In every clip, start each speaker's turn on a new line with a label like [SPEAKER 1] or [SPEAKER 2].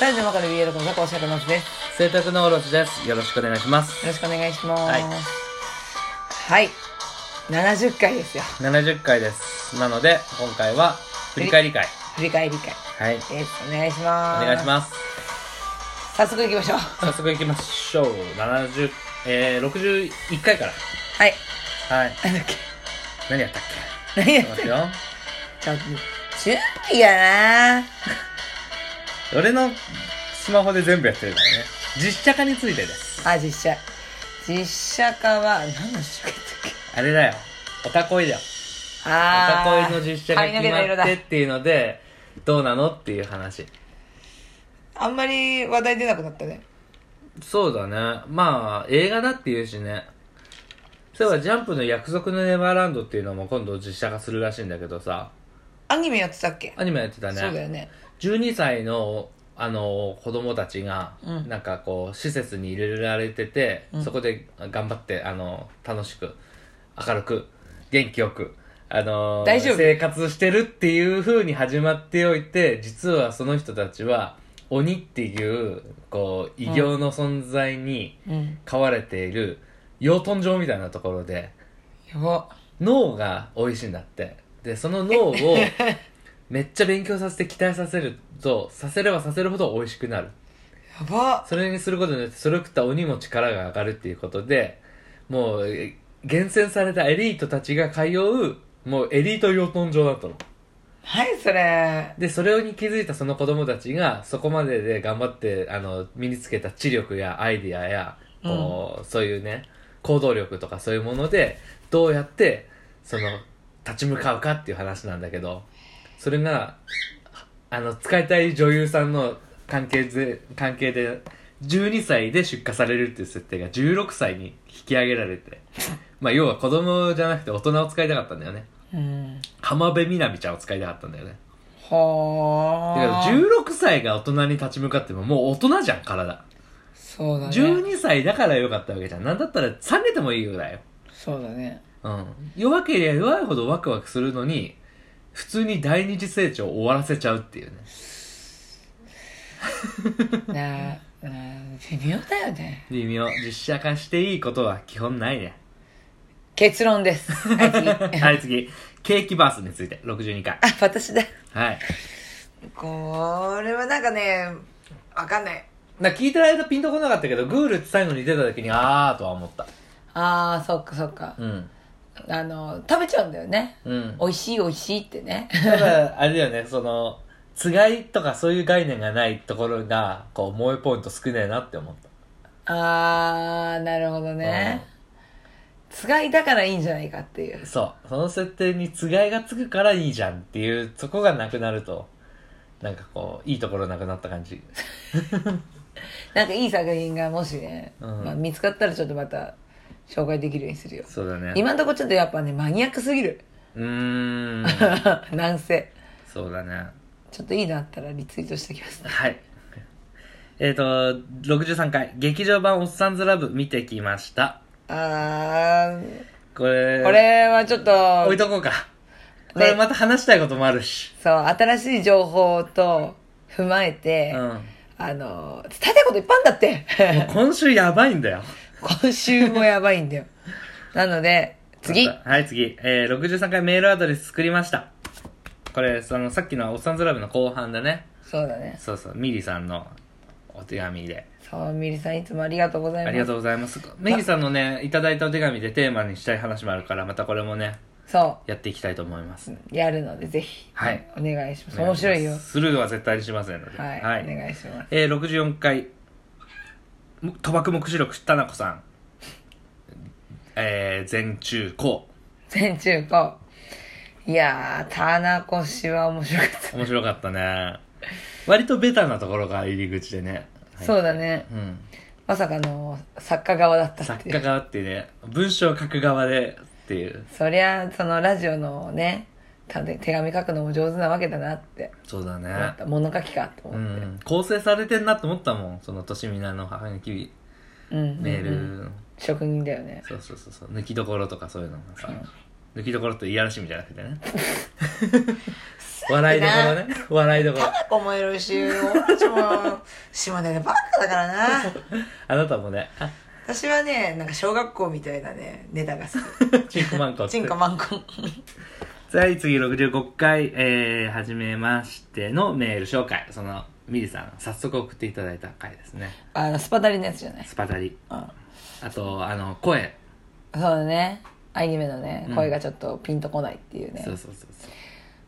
[SPEAKER 1] ラジオの中で BL 講座、講師のますです。
[SPEAKER 2] 清徳のオロチです。よろしくお願いします。
[SPEAKER 1] よろしくお願いします。は
[SPEAKER 2] はいい。
[SPEAKER 1] 70回ですよ。
[SPEAKER 2] 70回です。なので、今回は振り返り会。
[SPEAKER 1] 振り返り会
[SPEAKER 2] はい。
[SPEAKER 1] です。お願いし
[SPEAKER 2] お
[SPEAKER 1] ます。
[SPEAKER 2] 願いします。
[SPEAKER 1] す。早速行きましょう。
[SPEAKER 2] 早速行きましょう。70、えー、61回から。
[SPEAKER 1] はい。
[SPEAKER 2] はい。
[SPEAKER 1] なんだっけ。
[SPEAKER 2] 何やったっ
[SPEAKER 1] 何
[SPEAKER 2] け
[SPEAKER 1] や
[SPEAKER 2] いき
[SPEAKER 1] っ
[SPEAKER 2] ま
[SPEAKER 1] て
[SPEAKER 2] す
[SPEAKER 1] る
[SPEAKER 2] よ。
[SPEAKER 1] ちょっと、準備がな
[SPEAKER 2] 俺のスマホで全部やってるからね。実写化についてです。
[SPEAKER 1] あ、実写。実写化は、何の実写化だったっ
[SPEAKER 2] あれだよ。おたこいだよ。
[SPEAKER 1] け
[SPEAKER 2] おた
[SPEAKER 1] あー。
[SPEAKER 2] こいの実写が
[SPEAKER 1] 髪
[SPEAKER 2] 決
[SPEAKER 1] の毛の色
[SPEAKER 2] ま
[SPEAKER 1] だ
[SPEAKER 2] ってっていうので、どうなのっていう話。
[SPEAKER 1] あんまり話題出なくなったね。
[SPEAKER 2] そうだね。まあ、映画だっていうしね。そういえば、ジャンプの約束のネバーランドっていうのも今度実写化するらしいんだけどさ、
[SPEAKER 1] アニメやってたっけ
[SPEAKER 2] アニメやってたね。
[SPEAKER 1] そうだよね。
[SPEAKER 2] 12歳の、あの、子供たちが、
[SPEAKER 1] うん
[SPEAKER 2] なんかこう、施設に入れられてて、
[SPEAKER 1] うん
[SPEAKER 2] そこで頑張って、あの、楽しく、明るく、元気よく、あの、
[SPEAKER 1] 大丈夫
[SPEAKER 2] 生活してるっていう風に始まっておいて、実はその人たちは、鬼っていう、こう、異形の存在に、
[SPEAKER 1] うん。
[SPEAKER 2] 飼われている養豚場みたいなところで
[SPEAKER 1] やば。
[SPEAKER 2] 脳が美味しいんだってでその脳をめっちゃ勉強させて期待させるとさせればさせるほど美味しくなる
[SPEAKER 1] やば。
[SPEAKER 2] それにすることによってそれを食った鬼も力が上がるっていうことでもうえ厳選されたエリートたちが通うもうエリート養豚場だったの
[SPEAKER 1] はい、それ。
[SPEAKER 2] でそれに気づいたその子供たちがそこまでで頑張ってあの身につけた知力やアイディアやこう、そういうね行動力とかそういうものでどうやってその立ち向かうかっていう話なんだけどそれがあの使いたい女優さんの関係で関係で12歳で出荷されるっていう設定が16歳に引き上げられてまあ要は子供じゃなくて大人を使いたかったんだよね
[SPEAKER 1] うん。
[SPEAKER 2] 浜辺美波ちゃんを使いたかったんだよね
[SPEAKER 1] は
[SPEAKER 2] だから
[SPEAKER 1] あ。
[SPEAKER 2] 16歳が大人に立ち向かってももう大人じゃん体
[SPEAKER 1] そうだね。
[SPEAKER 2] 12歳だからよかったわけじゃんなんだったら冷めてもいいぐらいよ、
[SPEAKER 1] そうだね。
[SPEAKER 2] うん、弱ければ弱いほどワクワクするのに普通に第二次成長を終わらせちゃうっていうね
[SPEAKER 1] なあ、なあ、微妙だよね。
[SPEAKER 2] 微妙実写化していいことは基本ないね
[SPEAKER 1] 結論です。はい、次。
[SPEAKER 2] はい次ケーキバースについて62回
[SPEAKER 1] あ、私だ。
[SPEAKER 2] はい
[SPEAKER 1] これはなんかね、わかんない。
[SPEAKER 2] な聞いてる間ピンとこなかったけどグールって最後に出た時にあーとは思った
[SPEAKER 1] ああ、そっかそっか。
[SPEAKER 2] うん
[SPEAKER 1] あの、食べちゃうんだよね。
[SPEAKER 2] うん
[SPEAKER 1] 美味しい美味しいってね。
[SPEAKER 2] ただあれだよねそのつがいとかそういう概念がないところがこう萌えポイント少ねえなって思った
[SPEAKER 1] ああ、なるほどね。つがいだからいいんじゃないかっていう。
[SPEAKER 2] そうその設定につがいがつくからいいじゃんっていうそこがなくなるとなんかこういいところなくなった感じ
[SPEAKER 1] なんかいい作品がもしね、
[SPEAKER 2] うん
[SPEAKER 1] まあ、見つかったらちょっとまた紹介できるようにするよ。
[SPEAKER 2] そうだね
[SPEAKER 1] 今んとこちょっとやっぱね、マニアックすぎる。
[SPEAKER 2] うーん
[SPEAKER 1] なんせ。
[SPEAKER 2] そうだね
[SPEAKER 1] ちょっといいのあったらリツイートしておきます。
[SPEAKER 2] はいえっ、と63回劇場版「おっさんずラブ」見てきました
[SPEAKER 1] あー、
[SPEAKER 2] これ
[SPEAKER 1] これはちょっと
[SPEAKER 2] 置い、とこうかこれまた話したいこともあるし、
[SPEAKER 1] そう、新しい情報と踏まえて、
[SPEAKER 2] うん
[SPEAKER 1] あの、伝えたいこといっぱいあんだ って。
[SPEAKER 2] 今週やばいんだよ
[SPEAKER 1] 今週もやばいんだよ。なので、次。
[SPEAKER 2] はい、次。えー、63回メールアドレス作りました。これ、その、さっきのおっさんずラブの後半だね。
[SPEAKER 1] そうだね。
[SPEAKER 2] そうそう、ミリさんのお手紙で。
[SPEAKER 1] そう、みりさんいつもありがとうござい
[SPEAKER 2] あ
[SPEAKER 1] ます。
[SPEAKER 2] りがとうございます。ミリさんのね、いただいたお手紙でテーマにしたい話もあるから、またこれもね、
[SPEAKER 1] そ
[SPEAKER 2] やっていきたいと思います。
[SPEAKER 1] う、やるので、ぜひ。
[SPEAKER 2] はい。
[SPEAKER 1] お願いします。面白いよ。
[SPEAKER 2] スルーは絶対にしませんので。
[SPEAKER 1] はい、お願いします。
[SPEAKER 2] えー、64回、む賭博目視録、田中さん。えー、前中高。
[SPEAKER 1] 全中高。いやー、田中氏は面白かった。
[SPEAKER 2] 面白かったね。割とベタなところが入り口でね。はい
[SPEAKER 1] そうだね。
[SPEAKER 2] うん、
[SPEAKER 1] まさかの作家側だったって
[SPEAKER 2] 作
[SPEAKER 1] いう
[SPEAKER 2] 家。側ってね文章を書く側でっていう
[SPEAKER 1] そりゃそのラジオのねた手紙書くのも上手なわけだなって
[SPEAKER 2] そうだ
[SPEAKER 1] 思
[SPEAKER 2] ね
[SPEAKER 1] った物書きかと
[SPEAKER 2] う
[SPEAKER 1] 思って、
[SPEAKER 2] ん構成されてんなと思ったもんそのとしみなの母のきび
[SPEAKER 1] うんうんうん
[SPEAKER 2] メール、
[SPEAKER 1] 職人だよね
[SPEAKER 2] そうそうそうそう抜 きどころとかそういうのがさ、抜きどころっていやらしいみじゃなくてね
[SPEAKER 1] す
[SPEAKER 2] 笑いどころね。 笑いどころ。
[SPEAKER 1] タバコもエロいし、私も、島根でバカだからな。
[SPEAKER 2] あなたもね、あ
[SPEAKER 1] 私はね、なんか小学校みたいなね、ネタが好
[SPEAKER 2] チンコマンコっ
[SPEAKER 1] き。
[SPEAKER 2] て
[SPEAKER 1] チンコマンコン。
[SPEAKER 2] はい、次65回、えー、はじめましてのメール紹介。その、ミリさん、早速送っていただいた回ですね。
[SPEAKER 1] あの、スパダリのやつじゃない。
[SPEAKER 2] スパダリ。
[SPEAKER 1] うん。
[SPEAKER 2] あと、あの、声。
[SPEAKER 1] そうだね。アニメのね
[SPEAKER 2] う、ん
[SPEAKER 1] 声がちょっとピンとこないっていうね。
[SPEAKER 2] そうそうそうそう。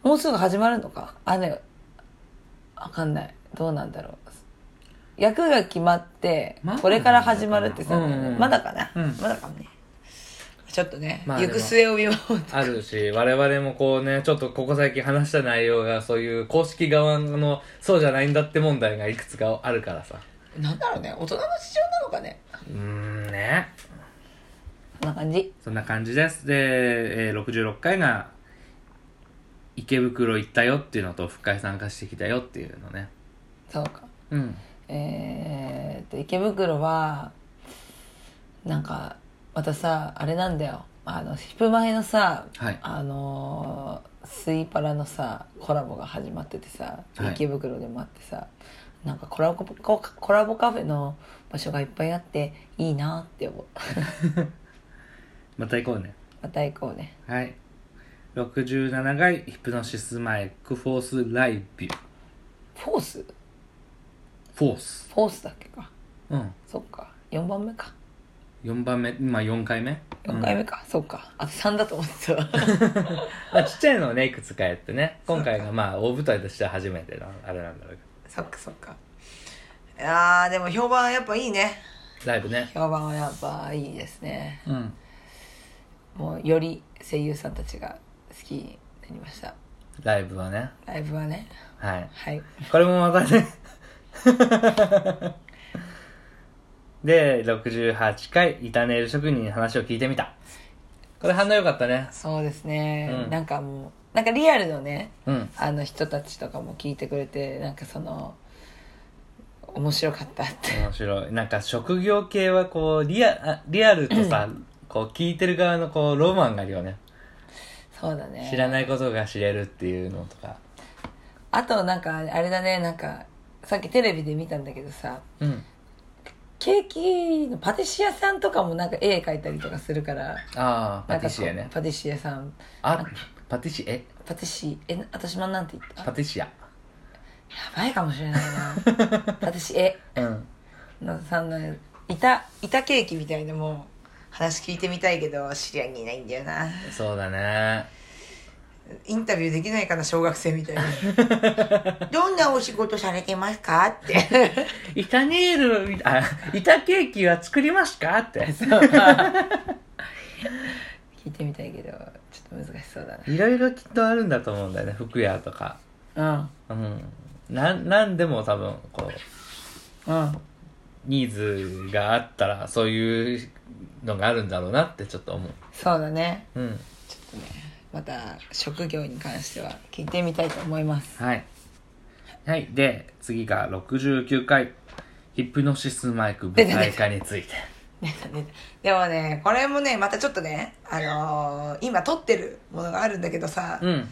[SPEAKER 1] もうすぐ始まるのかあねわかんないどうなんだろう役が決まって
[SPEAKER 2] まだ
[SPEAKER 1] これから始まるってさ、
[SPEAKER 2] なんだろうなうん
[SPEAKER 1] まだかな、
[SPEAKER 2] うん
[SPEAKER 1] まだかもねちょっとね、
[SPEAKER 2] まあ
[SPEAKER 1] 行く末を見よう
[SPEAKER 2] あるし、我々もこうね、ちょっとここ最近話した内容が、そういう公式側の、そうじゃないんだって問題がいくつかあるからさ。
[SPEAKER 1] なんだろうね大人の事情なのかね
[SPEAKER 2] うーん、ね。
[SPEAKER 1] こんな感じ
[SPEAKER 2] そんな感じです。で、えー66回が、池袋行ったよっていうのと、深い参加してきたよっていうのね。
[SPEAKER 1] そうか
[SPEAKER 2] うん。
[SPEAKER 1] えー、っと池袋はなんかまたさあれなんだよあのヒップマイのさ、
[SPEAKER 2] はい
[SPEAKER 1] あのースイパラのさコラボが始まっててさ
[SPEAKER 2] はい
[SPEAKER 1] 池袋でもあってさ、なんかコラボココラボカフェの場所がいっぱいあっていいなって 思う
[SPEAKER 2] また行こうね。
[SPEAKER 1] また行こうね
[SPEAKER 2] はい。67回、ヒプノシスマイクフォースライビュー。
[SPEAKER 1] フォース
[SPEAKER 2] フォース。
[SPEAKER 1] フォースだっけか
[SPEAKER 2] うん。
[SPEAKER 1] そっか4番目か
[SPEAKER 2] 4番目、今4回目
[SPEAKER 1] 4回目か、そっかあと3だと思ってたわ
[SPEAKER 2] まあ、ちっちゃいのをね、いくつかやってね。今回がまあ、大舞台としては初めての、あれなんだろうけ
[SPEAKER 1] そっかそっかいやーでも評判やっぱいいね
[SPEAKER 2] ど。ライブね。
[SPEAKER 1] 評判はやっぱいいですね
[SPEAKER 2] うん。
[SPEAKER 1] もうより声優さんたちが好きになりました
[SPEAKER 2] ライブはね。
[SPEAKER 1] ライブはね
[SPEAKER 2] はい。
[SPEAKER 1] はい
[SPEAKER 2] これもまたね。 で、68回、板ネイル職人に話を聞いてみた。これ反応良かったね。
[SPEAKER 1] そうですね、
[SPEAKER 2] うん
[SPEAKER 1] なんかもうなんかリアルのね
[SPEAKER 2] うん。
[SPEAKER 1] あの人たちとかも聞いてくれてなんかその面白かったって
[SPEAKER 2] 面白い。なんか職業系はこう、リア、あリアルとさ、こう聞いてる側のこう、ロマンがあるよね。
[SPEAKER 1] そうだね
[SPEAKER 2] 知らないことが知れるっていうのとか。
[SPEAKER 1] あとなんかあれだねなんかさっきテレビで見たんだけどさ
[SPEAKER 2] うん。
[SPEAKER 1] ケーキのパティシエさんとかもなんか絵描いたりとかするから
[SPEAKER 2] ああ、パティシエ
[SPEAKER 1] なん
[SPEAKER 2] ね
[SPEAKER 1] か。パティシエさん
[SPEAKER 2] あ、パティシエ
[SPEAKER 1] パティシエえ私もなんて言った
[SPEAKER 2] パティシア。
[SPEAKER 1] やばいかもしれない な私え
[SPEAKER 2] うん。
[SPEAKER 1] のさんの板板ケーキみたいのも話聞いてみたいけど知り合いにいないんだよな
[SPEAKER 2] そうだね。
[SPEAKER 1] インタビューできないかな小学生みたい にどんなお仕事されてますかって
[SPEAKER 2] 板ネイル、あ、板ケーキは作りますかって。
[SPEAKER 1] 聞いてみたいけどちょっと難しそうだ
[SPEAKER 2] いろいろきっとあるんだと思うんだよね。服屋とか。
[SPEAKER 1] な
[SPEAKER 2] うん。なん、なんでも多分、こう、
[SPEAKER 1] うんうん
[SPEAKER 2] ニーズがあったら、そういうのがあるんだろうなってちょっと思う。
[SPEAKER 1] そうだね
[SPEAKER 2] うん。
[SPEAKER 1] ちょっとねまた職業に関しては聞いてみたいと思います
[SPEAKER 2] はい。はい。で、次が69回。ヒップノシスマイク舞台化について。
[SPEAKER 1] ねね でもねこれもねまたちょっとねあのー今撮ってるものがあるんだけどさ、
[SPEAKER 2] うん。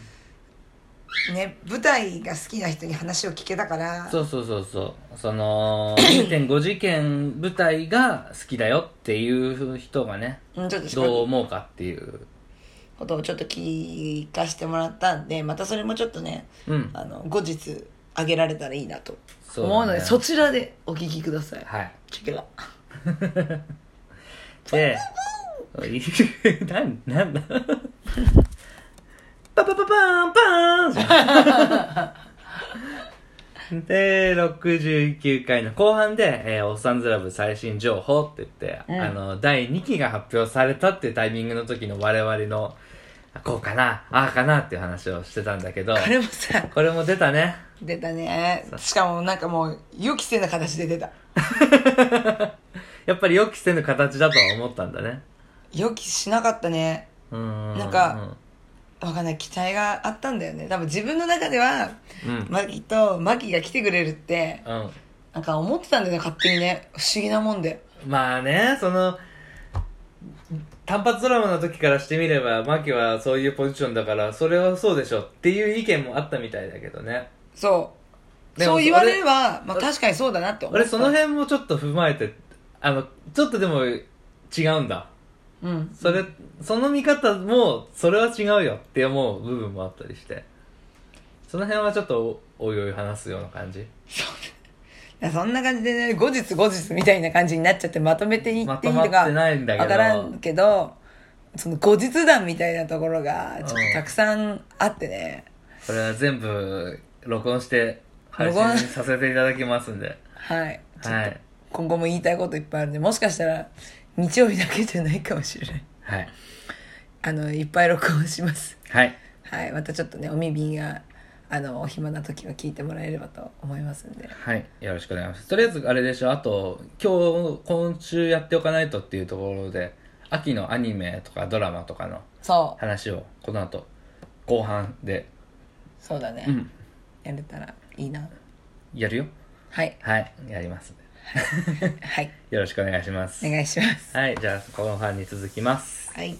[SPEAKER 1] ね、舞台が好きな人に話を聞けたから
[SPEAKER 2] そうそうそうそう。その、2.5次元舞台が好きだよっていう人がね、
[SPEAKER 1] うんちょっとそ
[SPEAKER 2] どう
[SPEAKER 1] の
[SPEAKER 2] 思うかっていう。
[SPEAKER 1] ことをちょっと聞かせてもらったんでまたそれもちょっとね
[SPEAKER 2] うん。
[SPEAKER 1] あの後日あげられたらいいなと
[SPEAKER 2] そうだね
[SPEAKER 1] 思うのでそちらでお聞きください
[SPEAKER 2] はい。
[SPEAKER 1] チェケラ
[SPEAKER 2] で、 なん、なんだ パパパパーンパーン で、69回の後半で、えーおっさんずラブ最新情報って言って、
[SPEAKER 1] うん
[SPEAKER 2] あの、第2期が発表されたっていうタイミングの時の我々の、こうかな、ああかなっていう話をしてたんだけど、
[SPEAKER 1] これもさ
[SPEAKER 2] これも出たね。
[SPEAKER 1] 出たねしかもなんかもう予期せぬ形で出た
[SPEAKER 2] やっぱり予期せぬ形だとは思ったんだね。
[SPEAKER 1] 予期しなかったね
[SPEAKER 2] うん。
[SPEAKER 1] なんか、わかんない期待があったんだよね多分自分の中では
[SPEAKER 2] うん。
[SPEAKER 1] マキとマキが来てくれるって
[SPEAKER 2] うん。
[SPEAKER 1] なんか思ってたんだよね勝手にね不思議なもんで
[SPEAKER 2] まあね、その、単発ドラマの時からしてみれば、マキはそういうポジションだから、それはそうでしょっていう意見もあったみたいだけどね。
[SPEAKER 1] そう
[SPEAKER 2] でも
[SPEAKER 1] そう言われれば、まあ、確かにそうだなって思った
[SPEAKER 2] 俺その辺もちょっと踏まえて、あの、ちょっとでも違うんだ。
[SPEAKER 1] うん
[SPEAKER 2] それ、その見方も、それは違うよって思う部分もあったりして。その辺はちょっとお、おいおい話すような感じ。
[SPEAKER 1] そんな感じでね後日後日みたいな感じになっちゃってまとめていっ
[SPEAKER 2] ま
[SPEAKER 1] て
[SPEAKER 2] と
[SPEAKER 1] いい
[SPEAKER 2] ま
[SPEAKER 1] の
[SPEAKER 2] っ
[SPEAKER 1] か
[SPEAKER 2] てないんだけど。
[SPEAKER 1] わからんけどその後日談みたいなところがちょっとたくさんあってね、
[SPEAKER 2] これは全部、録音して、配
[SPEAKER 1] 録音
[SPEAKER 2] 信させていただきますんで。
[SPEAKER 1] はいちょっ
[SPEAKER 2] は
[SPEAKER 1] と
[SPEAKER 2] い。
[SPEAKER 1] 今後も言いたいこといっぱいあるんでもしかしたら日曜日だけじゃないかもしれない
[SPEAKER 2] はい。
[SPEAKER 1] あのいっぱい録音します
[SPEAKER 2] はい。
[SPEAKER 1] はいまたちょっとねお耳があのお暇な時は聞いてもらえればと思いますんで
[SPEAKER 2] はい。よろしくお願いします。とりあえず、あれでしょ、あと、今日、今週やっておかないとっていうところで、秋のアニメとかドラマとかの
[SPEAKER 1] そう
[SPEAKER 2] 話を、この後、後半で、
[SPEAKER 1] そうだね、
[SPEAKER 2] うん、
[SPEAKER 1] やれたらいいな
[SPEAKER 2] やるよ。
[SPEAKER 1] はい
[SPEAKER 2] はい。やりますんで。
[SPEAKER 1] はい
[SPEAKER 2] よろしくお願いします
[SPEAKER 1] お。願いします
[SPEAKER 2] はい。じゃあ、後半に続きます。
[SPEAKER 1] はい